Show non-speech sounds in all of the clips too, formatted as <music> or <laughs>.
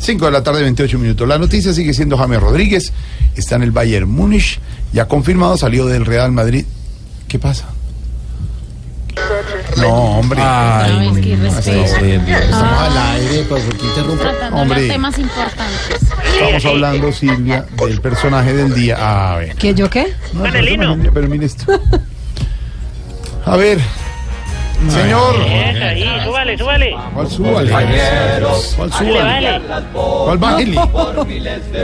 5 de la tarde, 28 minutos. La noticia sigue siendo James Rodríguez. Está en el Bayern Múnich. Ya confirmado, salió del Real Madrid. ¿Qué pasa? No, hombre. Ay, es que respeta. Estamos al aire, pues, ¿por qué interrumpo? Tratando Hombre. los temas importantes. Estamos hablando, Silvia, del personaje del día. A ver. ¿Que yo qué? No, no, Pero mire esto. A ver. Señor. Eso, ahí, súbale, súbale. ¿Cuál súbale? ¿Cuál súbale? Vale, ¿Cuál bájele?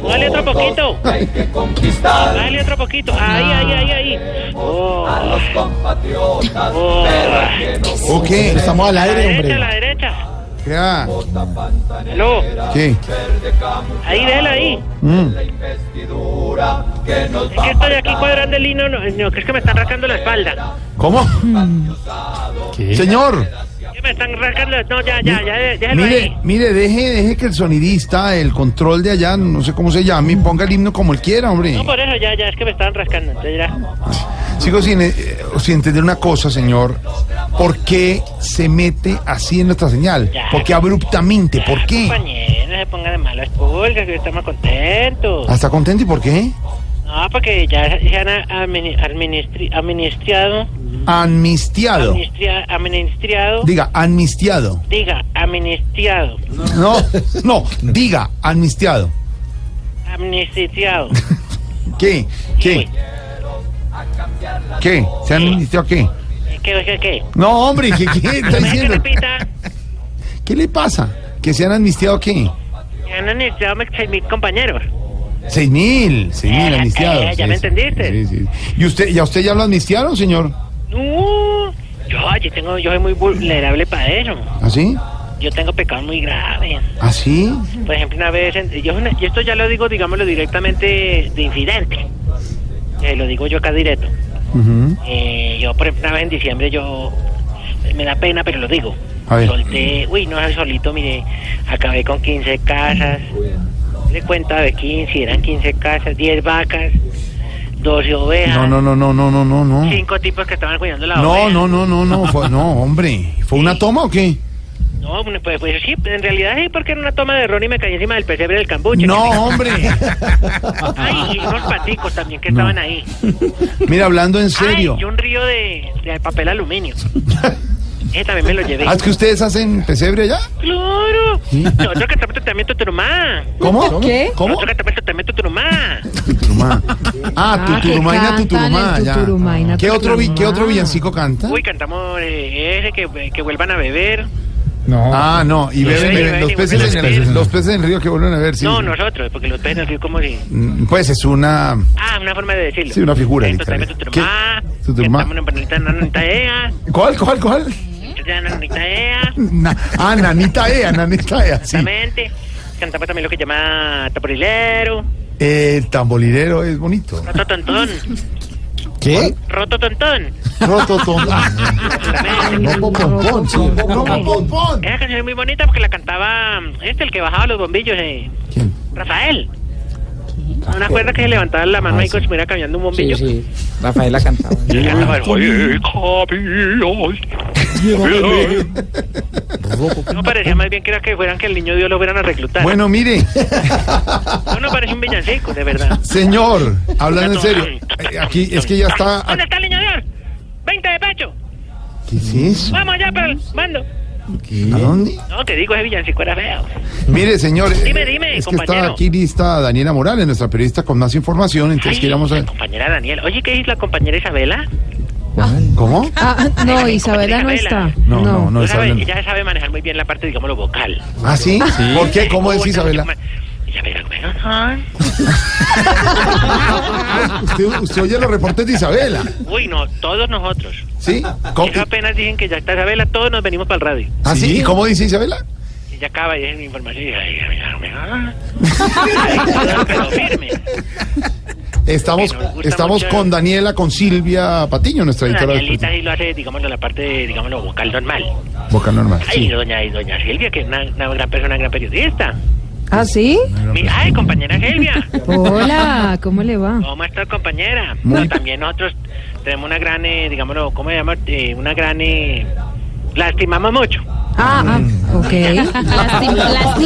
vale otro poquito. Vale otro poquito. Ahí, ahí, ahí, ahí. Oh. Oh. ¿O qué? Estamos al A la aire, derecha, a la hombre. derecha. ¿Qué? ah? No, ¿Qué? ahí, déjala ahí. Es que estoy aquí cuadrando el hino. No, no, que es que me están rascando la espalda. ¿Cómo? Señor. Que me están rascando. No, ya, ya, ya, déjalo Mire, ahí. mire, deje, deje que el sonidista, el control de allá, no sé cómo se llame, ponga el himno como él quiera, hombre. No, por eso, ya, ya, es que me están rascando. Entonces, ya. Sigo sin, eh, sin entender una cosa, señor. ¿Por qué se mete así en nuestra señal? ¿Por qué abruptamente? ¿Por qué? Compañero, no se ponga de malas pulgas, que estamos contentos. ¿Hasta contento y por qué? No, porque ya se han administri- administri- administrado. Amnistiado. Amnistria- Amnistriado. Diga, amnistiado. Diga, amnistiado. No, no, diga, amnistiado. Amnistiado. ¿Qué? ¿Qué? ¿Qué? ¿Se han amnistiado qué? ¿Qué, qué, qué? No, hombre, ¿qué, <laughs> qué está ¿Me que diciendo? repita? ¿Qué le pasa? ¿Que se han amnistiado qué? Me Han amnistiado mis- seis mil compañeros. Seis mil, seis mil Eh, amnistiados. eh, ya Sí, me sí, sí, entendiste. sí. ¿Y usted, ya usted ya lo amnistiaron, señor? No, yo, yo, tengo, yo soy muy vulnerable para eso. ¿Así? Yo tengo pecados muy graves. ¿Así? Por ejemplo, una vez, en- yo, y esto ya lo digo, digámoslo directamente de infidente. Eh, lo digo yo acá directo. Ujú. Eh, yo, por ejemplo, una vez en diciembre, yo. Me da pena, pero lo digo. A ver. Solté. Uy, no, solito, mire. Acabé con 15 casas. De cuenta de 15, eran 15 casas, 10 vacas, 12 ovejas. No, no, no, no, no, no, no, no. 5 tipos que estaban cuidando la No, oveja. no, no, no, no, fue- no, hombre. ¿Fue una toma o qué? No, bueno, pues, pues sí, en realidad sí, porque era una toma de Ronnie y me caí encima del pesebre del cambuche. No, hombre. Ay, y unos paticos también que estaban ahí. Mira, hablando en serio. Ay, y un río de, de <laughs> papel aluminio. Ese también me lo llevé. ¿Ah, es que ustedes hacen pesebre allá? ¡Claro! Nosotros que estamos también Tuturumá. ¿Cómo? ¿Qué? ¿Cómo? Nosotros que estamos también Tuturumá. <laughs> Tuturumá. Ah, Ah, que Tuturumaina, cantan Tuturumá, el ya. Tuturumaina, ¿Qué otro, vi- ¿Qué Tuturumá. otro villancico canta? Uy, cantamos eh, ese que, que vuelvan a beber. Ah, no, y beben, sí, beben, sí, los sí, peces los en peces, el ¿no? los peces en el río que vuelven a ver, sí. No, nosotros, porque los peces en el río como si... Mm, Pues es una... Ah, una forma de decirlo. Sí, una figura, Esto también literal. Tuturumá. ¿Qué? Tuturumá. Estamos en panelita nanita ea. ¿Cuál, cuál, cuál? Ya nanita ea. Na- ah, Nanita Ea, Nanita E, Ea, sí. Exactamente. Cantamos también lo que llama taporilero. Eh, El tamborilero es bonito. Roto tontón. ¿Qué? <laughs> Roto tontón. Rototom. <laughs> Exactamente. pompón, sí. No, pompón. Esa canción es muy bonita porque la cantaba este, el que bajaba los bombillos. Eh. ¿Quién? Rafael. Una cuerda que se levantaba la mano ahí como si estuviera cambiando un bombillo. Ah, Sí, sí. <laughs> Rafaela cantaba. Y cantaba el No parecía más bien que era que fueran que el niño Dios lo fueran a reclutar. Bueno, mire, No, no parece un villancico, de verdad. señor, hablando en serio, eh, aquí es que ya está. ¿Dónde está el niño Dios? 20 de pecho. ¿Qué es eso? Vamos allá para el mando. ¿A dónde? No, te digo, ese villancico era feo. Mire, señor, eh, Dime, dime, es que está compañero. aquí lista Daniela Morales, nuestra periodista con más información, entonces Ay, queríamos la saber. compañera Daniel. Oye, ¿qué es la compañera Isabela? ¿Cómo? Ah, no, Isabela no está. No, no, no, Tú sabes, Isabela. Ella sabe manejar muy bien la parte, digámoslo, vocal. ¿Ah, sí? ¿Por qué? ¿Cómo es Uy, Isabela? no, Isabela, Bueno, Juan. Ah, Usted, usted oye los reportes de Isabela, Uy, no, todos nosotros. ¿sí? ¿Cómo- Eso apenas dicen que ya está Isabela, todos nos venimos para el radio. ¿Ah, sí? ¿Y cómo dice Isabela? Y ya acaba, y es mi información. Y, ay, ay, ay, ay, ay, pero <laughs> firme. Estamos, Nos gusta estamos mucho- con Daniela, con Silvia Patiño, nuestra Doña editora Danielita de sí lo hace, digámoslo, la parte, digámoslo, vocal normal. Vocal Normal. Ay, sí. doña, y doña Silvia, que es una, una gran persona, gran periodista. ¿Ah, sí? Mi- ay, compañera <laughs> Silvia. Hola, ¿cómo le va? ¿Cómo está, compañera? Muy- Pero también nosotros tenemos una gran, eh, digámoslo, ¿cómo se llama? Eh, una gran... eh, lastimamos mucho. Ah, ah, ok. Lastim- Lastimamos.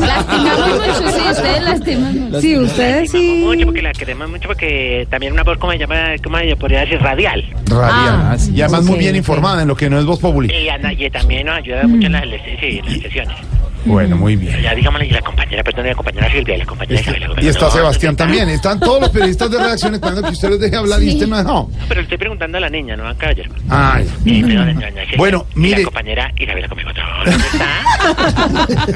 Lastimamos mucho, sí, ustedes lastiman mucho. Sí, ustedes Lastimamos sí. mucho porque la queremos mucho porque también una voz, ¿cómo se llama? ¿Cómo se podría decir? Radial. Radial. Ah, sí. y además muy Ok, bien ok. informada en lo que no es Voz Populi. Y, anda- y también nos ayuda Mm. mucho en las, ele- sí, en las sesiones. Bueno, muy bien. Ya digámosle, y la compañera, perdón, y la compañera Silvia, y la compañera Isabela, Este, Y compañera- está no, Sebastián no, también. Están todos los periodistas de redacción esperando que usted los deje hablar y usted no ha dejado. no, Ah, Pero le estoy preguntando a la niña, ¿no? A Caballero. Ay. Eh, perdón, doña Silvia. Mm. Bueno, Y mire. La compañera Isabela conmigo. No, ¿dónde está?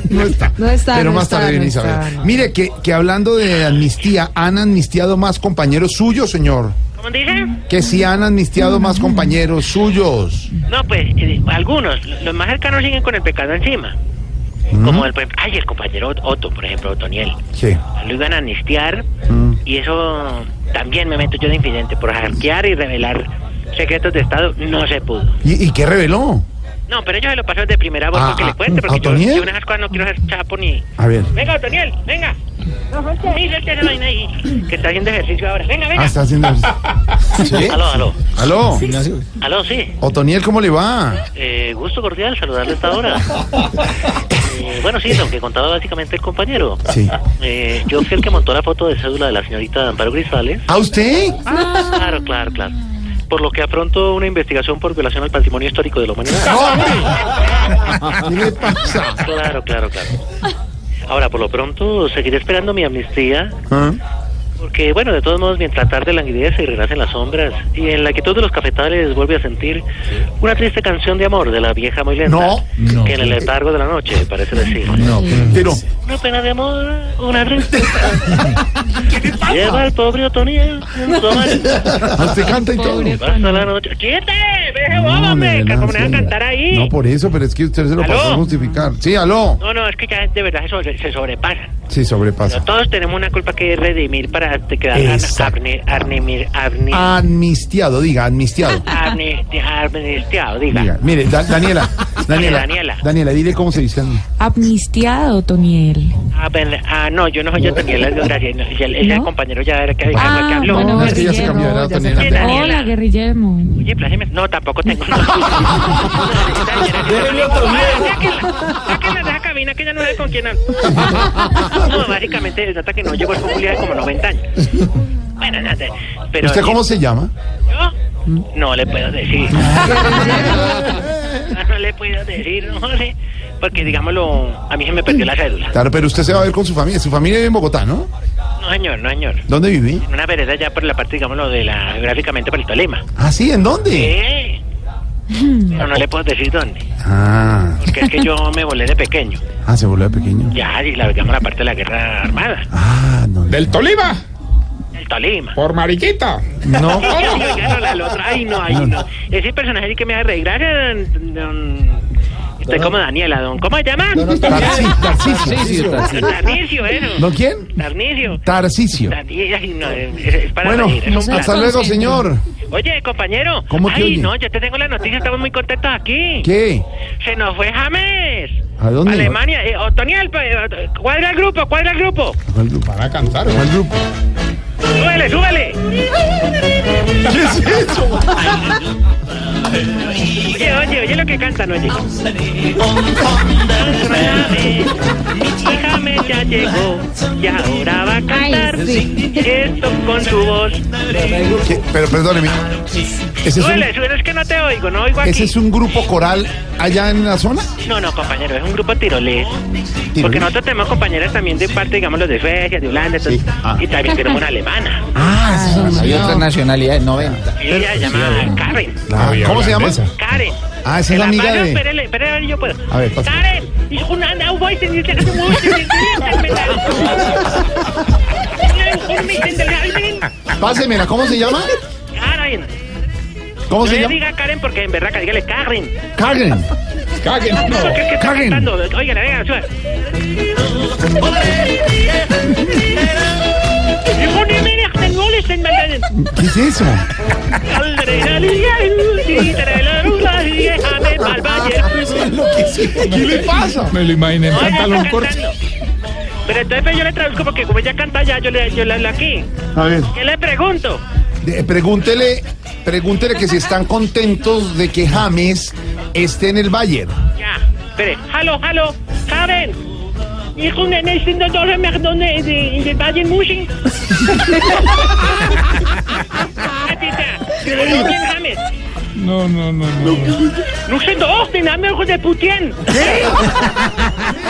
No está. No está, Pero no más está, tarde no viene está, Isabela. no. Mire, que, que hablando de amnistía, ¿han amnistiado más compañeros suyos, señor? ¿Cómo dice? Que si han amnistiado Mm. más compañeros suyos. No, pues eh, algunos, lo- los más cercanos siguen con el pecado encima. Como el, por ejemplo, ay, el compañero Ot- Otto, por ejemplo, Otoniel. Sí. Lo iban a amnistiar y eso también me meto yo de incidente por hackear y revelar secretos de Estado. No se pudo. ¿Y, y qué reveló? No, pero yo se lo paso de primera voz Ah, porque ah, le cuente, porque yo, ¿Otoniel? yo unas cosas no quiero ser chapo ni... A ver. Venga, Otoniel, venga. Mira esa vaina ahí, que está haciendo ejercicio ahora. Venga, venga. Ah, está haciendo. <laughs> ¿Sí? Aló, aló. ¿Aló? Aló, sí. Otoniel, ¿cómo le va? Eh, gusto cordial saludarle a esta hora. Eh, bueno, sí, lo que contaba básicamente el compañero. Sí. Eh, yo fui el que montó la foto de cédula de la señorita Amparo Grisales. ¿A usted? Ah, Claro, claro, claro. Por lo que afronto una investigación por violación al patrimonio histórico de la humanidad. ¡No, hombre! ¿Qué le pasa? Claro, claro, claro. Ahora, por lo pronto, seguiré esperando mi amnistía, ¿Ah? porque, bueno, de todos modos, mientras tarde languidece y renacen las sombras, y en la quietud de los cafetales vuelve a sentir una triste canción de amor de la vieja muy lenta, No, que en el letargo de la noche parece decir. Pero, Una pena de amor, una tristeza. Lleva al pobre Otoniel junto a María. ¿a usted canta y todo? Pasa la noche. ¡Quiete! ¡Deje boba, hombre! de que ¿Cómo verdad, me van sí. a cantar ahí? No, por eso, pero es que usted se lo ¿Aló? pasó a justificar. Sí, aló. No, no, es que ya de verdad se sobre- se sobrepasan. Sí, sobrepasa. Pero todos tenemos una culpa que redimir para te quedar Exacto. arni- arnimir- arni- Ah. Amnistiado, diga, amnistiado. Ah, arni- amnistiado, Diga, diga. mire, Da- <laughs> Daniela, Daniela, Daniela. Daniela, dile cómo se dice. Amnistiado, Toniel. Ah, ben- ah, no, yo no soy yo, Daniela, gracias. no, ya- Ese ¿No? compañero ya era que, Ah, que habló. bueno, No, es que ya se guerrillero, cambió, era ya se Daniela. cambió. Daniela. Hola, guerrillemo. Oye, pláceme. No, tampoco <laughs> tengo. Déjeme otro miedo. Sáquenla, sáquenla de esa cabina que ya no sabe con quién habla. No, básicamente se trata que no llegó al popular como 90 años. Bueno, nada. Pero, ¿Usted cómo se llama? ¿Yo? No le puedo <laughs> decir. No le puedo decir, no le- Porque, digámoslo, a mí se me perdió la cédula. Claro, pero usted se va a ver con su familia. Su familia vive en Bogotá, ¿no? No, señor, no, señor. ¿Dónde vive? En una vereda ya por la parte, digámoslo, de la geográficamente para el Tolima. Ah, sí, ¿en dónde? ¿Eh? Pero no le puedo decir dónde. Ah, Porque es que <laughs> yo me volé de pequeño. ah, se volvió de pequeño. Ya, y la digamos la parte de la guerra armada. Ah, no. Del Tolima, <laughs> El Tolima. por Mariquita. No. Ay, no, ya no, la- la otra. Ay, no, ay, no. Ese personaje sí que me hace reír. Gracias, don- don- Estoy como Daniela, don. ¿Cómo se llama? Tarcisio. Tarcisio. Tarnicio, eso. ¿No quién? Tarnicio. Tarcisio. Tarnicio, ay, no, es, es para Bueno, reír, es un hasta plato. luego, señor. Oye, compañero. ¿Cómo que Ay, oye? no, yo te tengo la noticia, estamos muy contentos aquí. ¿Qué? Se nos fue James. ¿A dónde? Alemania. Eh, Otoniel, pa- eh, cuadra el grupo, cuadra el grupo. ¿Cuál grupo? Van a cantar. ¿Cuál grupo? Súbele, súbele. ¿Qué es eso? Oye, oye, oye lo que cantan, oye. Déjame, ya llegó y ahora va a cantar Ay, sí. esto con su voz. ¿Qué? Pero perdóneme. ¿Ese es, un, Suele, suele, es que no te oigo, no oigo ¿Ese aquí. Ah, es un grupo coral allá en la zona? No, no, compañero, es un grupo tirolés. Porque nosotros tenemos compañeras también de parte, digamos, los de Suecia, de Holanda, entonces, Sí, ah. y también tenemos una alemana. Ah, sí, sí, Hay sí. otra nacionalidad, 90. Ella se llama Karen. Ah, ¿Cómo se llama? Karen. Ah, esa es la El amiga aparato, de- espérele, espérele, yo puedo. A ver, pasa. Karen, Y yo, no, no, voy a tener que hacer un momento de Pásemela, ¿cómo se llama? Karen. ¿Cómo No se le llama? diga Karen porque en verdad, dígale Karen. Karen. Caguen. No, porque es que está Oh, Karen. cantando. Oiga, la venga, suba. ¿Qué es eso? <laughs> ¿Qué le pasa? Me lo imaginé en No, ella pantalón está corto. cantando. Pero entonces pues, yo le traduzco porque como ella canta ya, yo le, yo le hablo aquí. A ver. ¿Qué le pregunto? De- eh, pregúntele, pregúntele que si están contentos de que James esté en el Bayern. Ya, espere. Halo, halo, Karen. Hijo de Nelson de Dorre McDonald's eh, de, de Bayern <laughs> Munchen. Patita, ¿no quién James? No, no, no, no. no. No sé, dos, ni nada, hijo de Putin. <laughs> ¿Qué?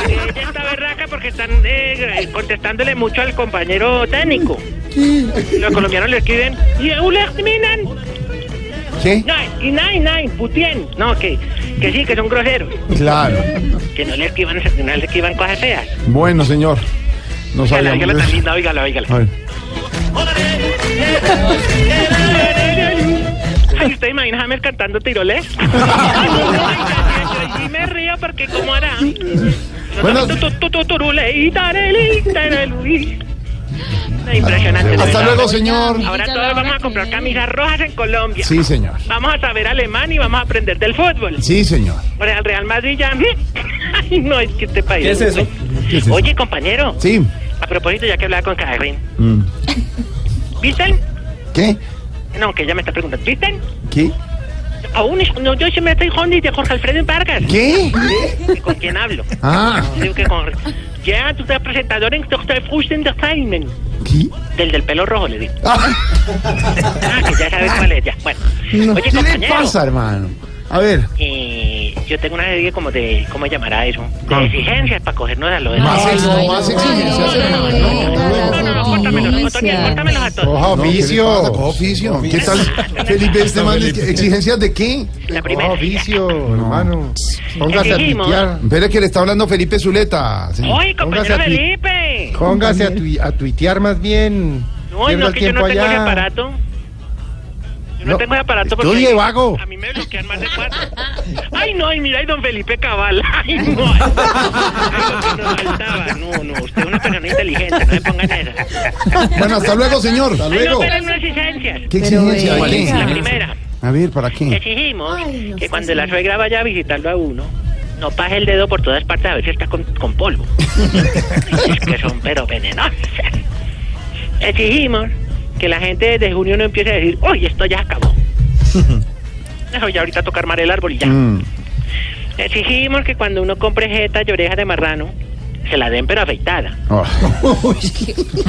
Ella está berraca porque están eh, contestándole mucho al compañero técnico. Los colombianos le escriben, y Euler Minan. ¿Qué? No, y nine, nine, Putin. No, que, que sí, que son groseros. Claro. Que no le escriban, no le escriban cosas feas. Bueno, señor. No Oígala, sabíamos. oígala tan de- linda, oígala, oígala. A ver. Ay, ¿usted imagina a James cantando <laughs> tiroles? Y me río porque ¿cómo hará? Bueno. Tu, tu, tu, tu, turule, y tareli, tarelui. No, Impresionante. de Ah, Hasta verdad. luego, señor. Ahora todos vamos a comprar camisas rojas en Colombia. Sí, señor. Vamos a saber alemán y vamos a aprender del fútbol. Sí, señor. Ahora el Real Madrid ya... <laughs> Ay, no, es que este país... ¿Qué es eso? ¿Qué es eso? Oye, compañero. Sí. A propósito, ya que hablaba con Karen. Mm. ¿Visten? ¿Qué? No, que ya me está preguntando. ¿Visten? ¿Qué? Aún es- no, yo siempre estoy Hondi de Jorge Alfredo Vargas. ¿Qué? ¿Con quién hablo? Ah. Digo que con... Ya, tú eres presentador en Dr. Fuchs Entertainment. ¿Qué? Del del pelo rojo, le digo. Ah, Ah, que ya sabes cuál es, ya. Bueno. no. Oye, ¿Qué le compañero. pasa, hermano? A ver. eh, yo tengo una serie como de... ¿Cómo llamará eso? De Ah. exigencias para cogernos a lo Ah, de... Más ex- no, más exigencias, hermano. No, no, no, córtamelos, Otoniel, córtamelos a todos. Coja No, ¿qué oficio. le pasa? Coja oficio. ¿Qué tal? Felipe, este man, ¿exigencias de qué? La primera. oficio, hermano. Póngase a Exigimos. tuitear. Espera que le está hablando Felipe Zuleta. señor. Oye, compañero Póngase a ti. Felipe. Póngase a, tui- a tuitear más bien. No, Pierda no, el que yo no tiempo tengo el allá. aparato. Yo no, No, tengo el aparato porque. estudie, vago. A mí me bloquean más de cuatro. Ay, no, y mira, y don Felipe Cabal. Ay, no. Ay, lo que nos faltaba. No, no, usted es una persona inteligente, no me pongan esa. Bueno, hasta luego, señor. Hasta Ay, no, luego. pero hay unas exigencias. ¿Qué exigencia? Pero, ¿De eh, La qué? primera, Eh, A ver, ¿para qué? exigimos que cuando la suegra vaya a visitarlo a uno, no pase el dedo por todas partes a ver si está con, con polvo. es que son pero venenosas. Exigimos que la gente desde junio no empiece a decir, uy, esto ya acabó. Eso ya ahorita toca armar el árbol y ya. Mm. Exigimos que cuando uno compre jeta y oreja de marrano, se la den pero afeitada. Oh.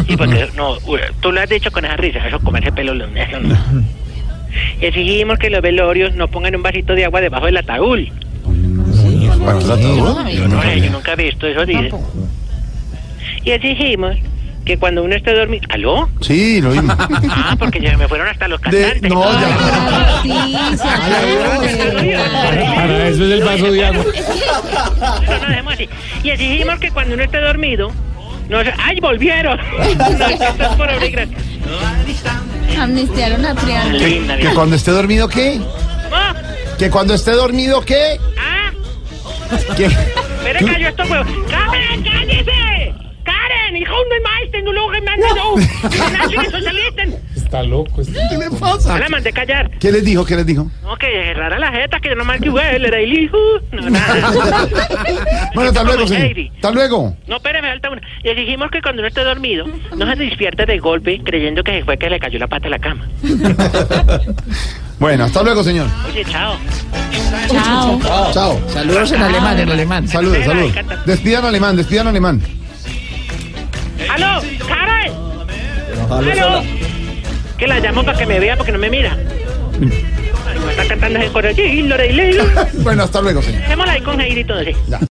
Y porque no, u- tú lo has dicho con esa risa, eso comerse pelo, lo- eso no. Exigimos que los velorios no pongan un vasito de agua debajo del ataúd. Bueno, ¿está todo? Yo no No, yo sabía. nunca he visto eso, dice. Y exigimos que cuando uno esté dormido... ¿Aló? Sí, lo <laughs> vimos. Ah, porque ya me fueron hasta los De- cantantes. no, ya. Para eso es el vaso de agua. No, no, dejemos así. Y exigimos que cuando uno esté dormido, no se- ¡Ay, <laughs> volvieron! <laughs> No, esto es por abrir gracias. Amnistiaron a Triana. Linda, ¿Que mira. cuando esté dormido qué? Ah, ¿Que cuando esté dormido qué? ah, ¿Qué? espere, cayó estos huevos. ¡Karen, cállese! ¡Karen, hijo de maestro, no lo mandes no! ¡Nacho, eso saliste! Está loco. este. ¿Qué le No pasa? la mandé callar. ¿Qué les dijo? ¿Qué les dijo? No, que rara la jeta, que yo no marqué huele, era el hijo. No, nada. Bueno, hasta luego, Como señor. Heidi. Hasta luego. No, espere, me falta una. Y exigimos que cuando uno esté dormido, no se despierte de golpe creyendo que se fue que le cayó la pata a la cama. Bueno, hasta luego, señor. Oye, chao. Chao. Chao. Saludos en alemán, en alemán. Saludos, saludos. Despidan alemán, despidan alemán. ¡Aló! ¡Karen! ¡Aló! Que la llamo para que me vea porque no me mira. Ay, me está cantando ese coro. Y lo Bueno, hasta luego, señor. Dejémosla ahí con Heidi y todo así.